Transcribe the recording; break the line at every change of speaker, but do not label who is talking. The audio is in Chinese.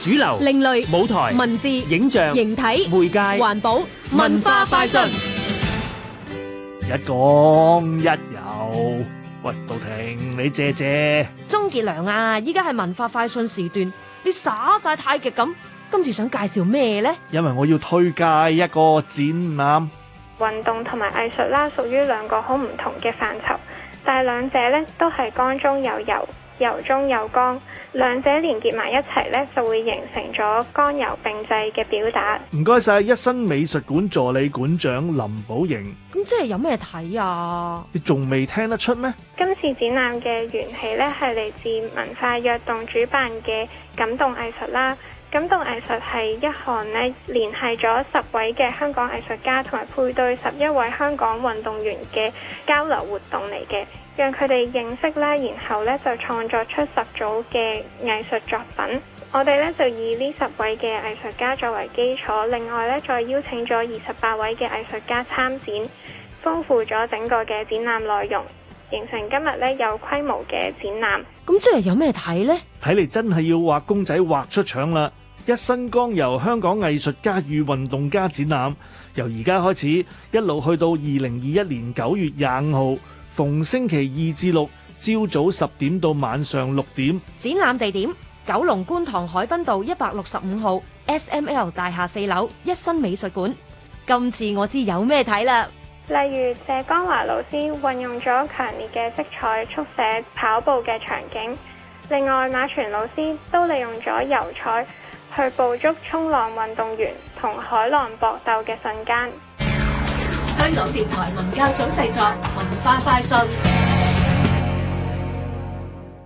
主流、
另類、
舞台、
文字、
影像、
形體、
媒介、
環保、文化快訊。
一講一有。喂，杜婷，你借借。
曾傑良啊，依家係文化快訊時段，你耍晒太極咁，今次想介紹咩呢？
因為我要推介一個展覽，
運動同埋藝術啦，屬於兩個好唔同嘅範疇，但係兩者呢都係江中有油，油中有江，兩者連結埋一齊呢，就會形成咗江油並濟嘅表達。
唔該晒一新美術館助理館長林寶瑩，
咁即係有咩睇啊？
你仲未聽得出咩？
今次展覽嘅緣起呢，係嚟自文化躍動主辦嘅感動藝術啦。感動藝術係一項呢聯繫咗十位嘅香港藝術家同埋配對十一位香港運動員嘅交流活動嚟嘅，讓佢哋認識啦，然後呢就創作出十組嘅藝術作品。我哋呢就以呢十位嘅藝術家作為基礎，另外呢再邀請咗二十八位嘅藝術家參展，豐富咗整個嘅展覽內容。形成今日咧有規模嘅展覽。
咁即係有咩睇呢？
睇嚟真係要畫公仔畫出腸啦！一新光由香港藝術家與運動家展覽，由而家開始一路去到二零二一年九月廿五號，逢星期二至六朝早十點到晚上六點。
展覽地點：九龍觀塘海濱道一百六十五號 SML 大廈四樓一新美術館。今次我知有咩睇啦！
例如謝江華老師運用咗強烈嘅色彩速寫跑步嘅場景，另外馬泉老師都利用咗油彩去捕捉衝浪運動員同海浪搏鬥嘅瞬間。
香港電台文教組製作，文化快訊。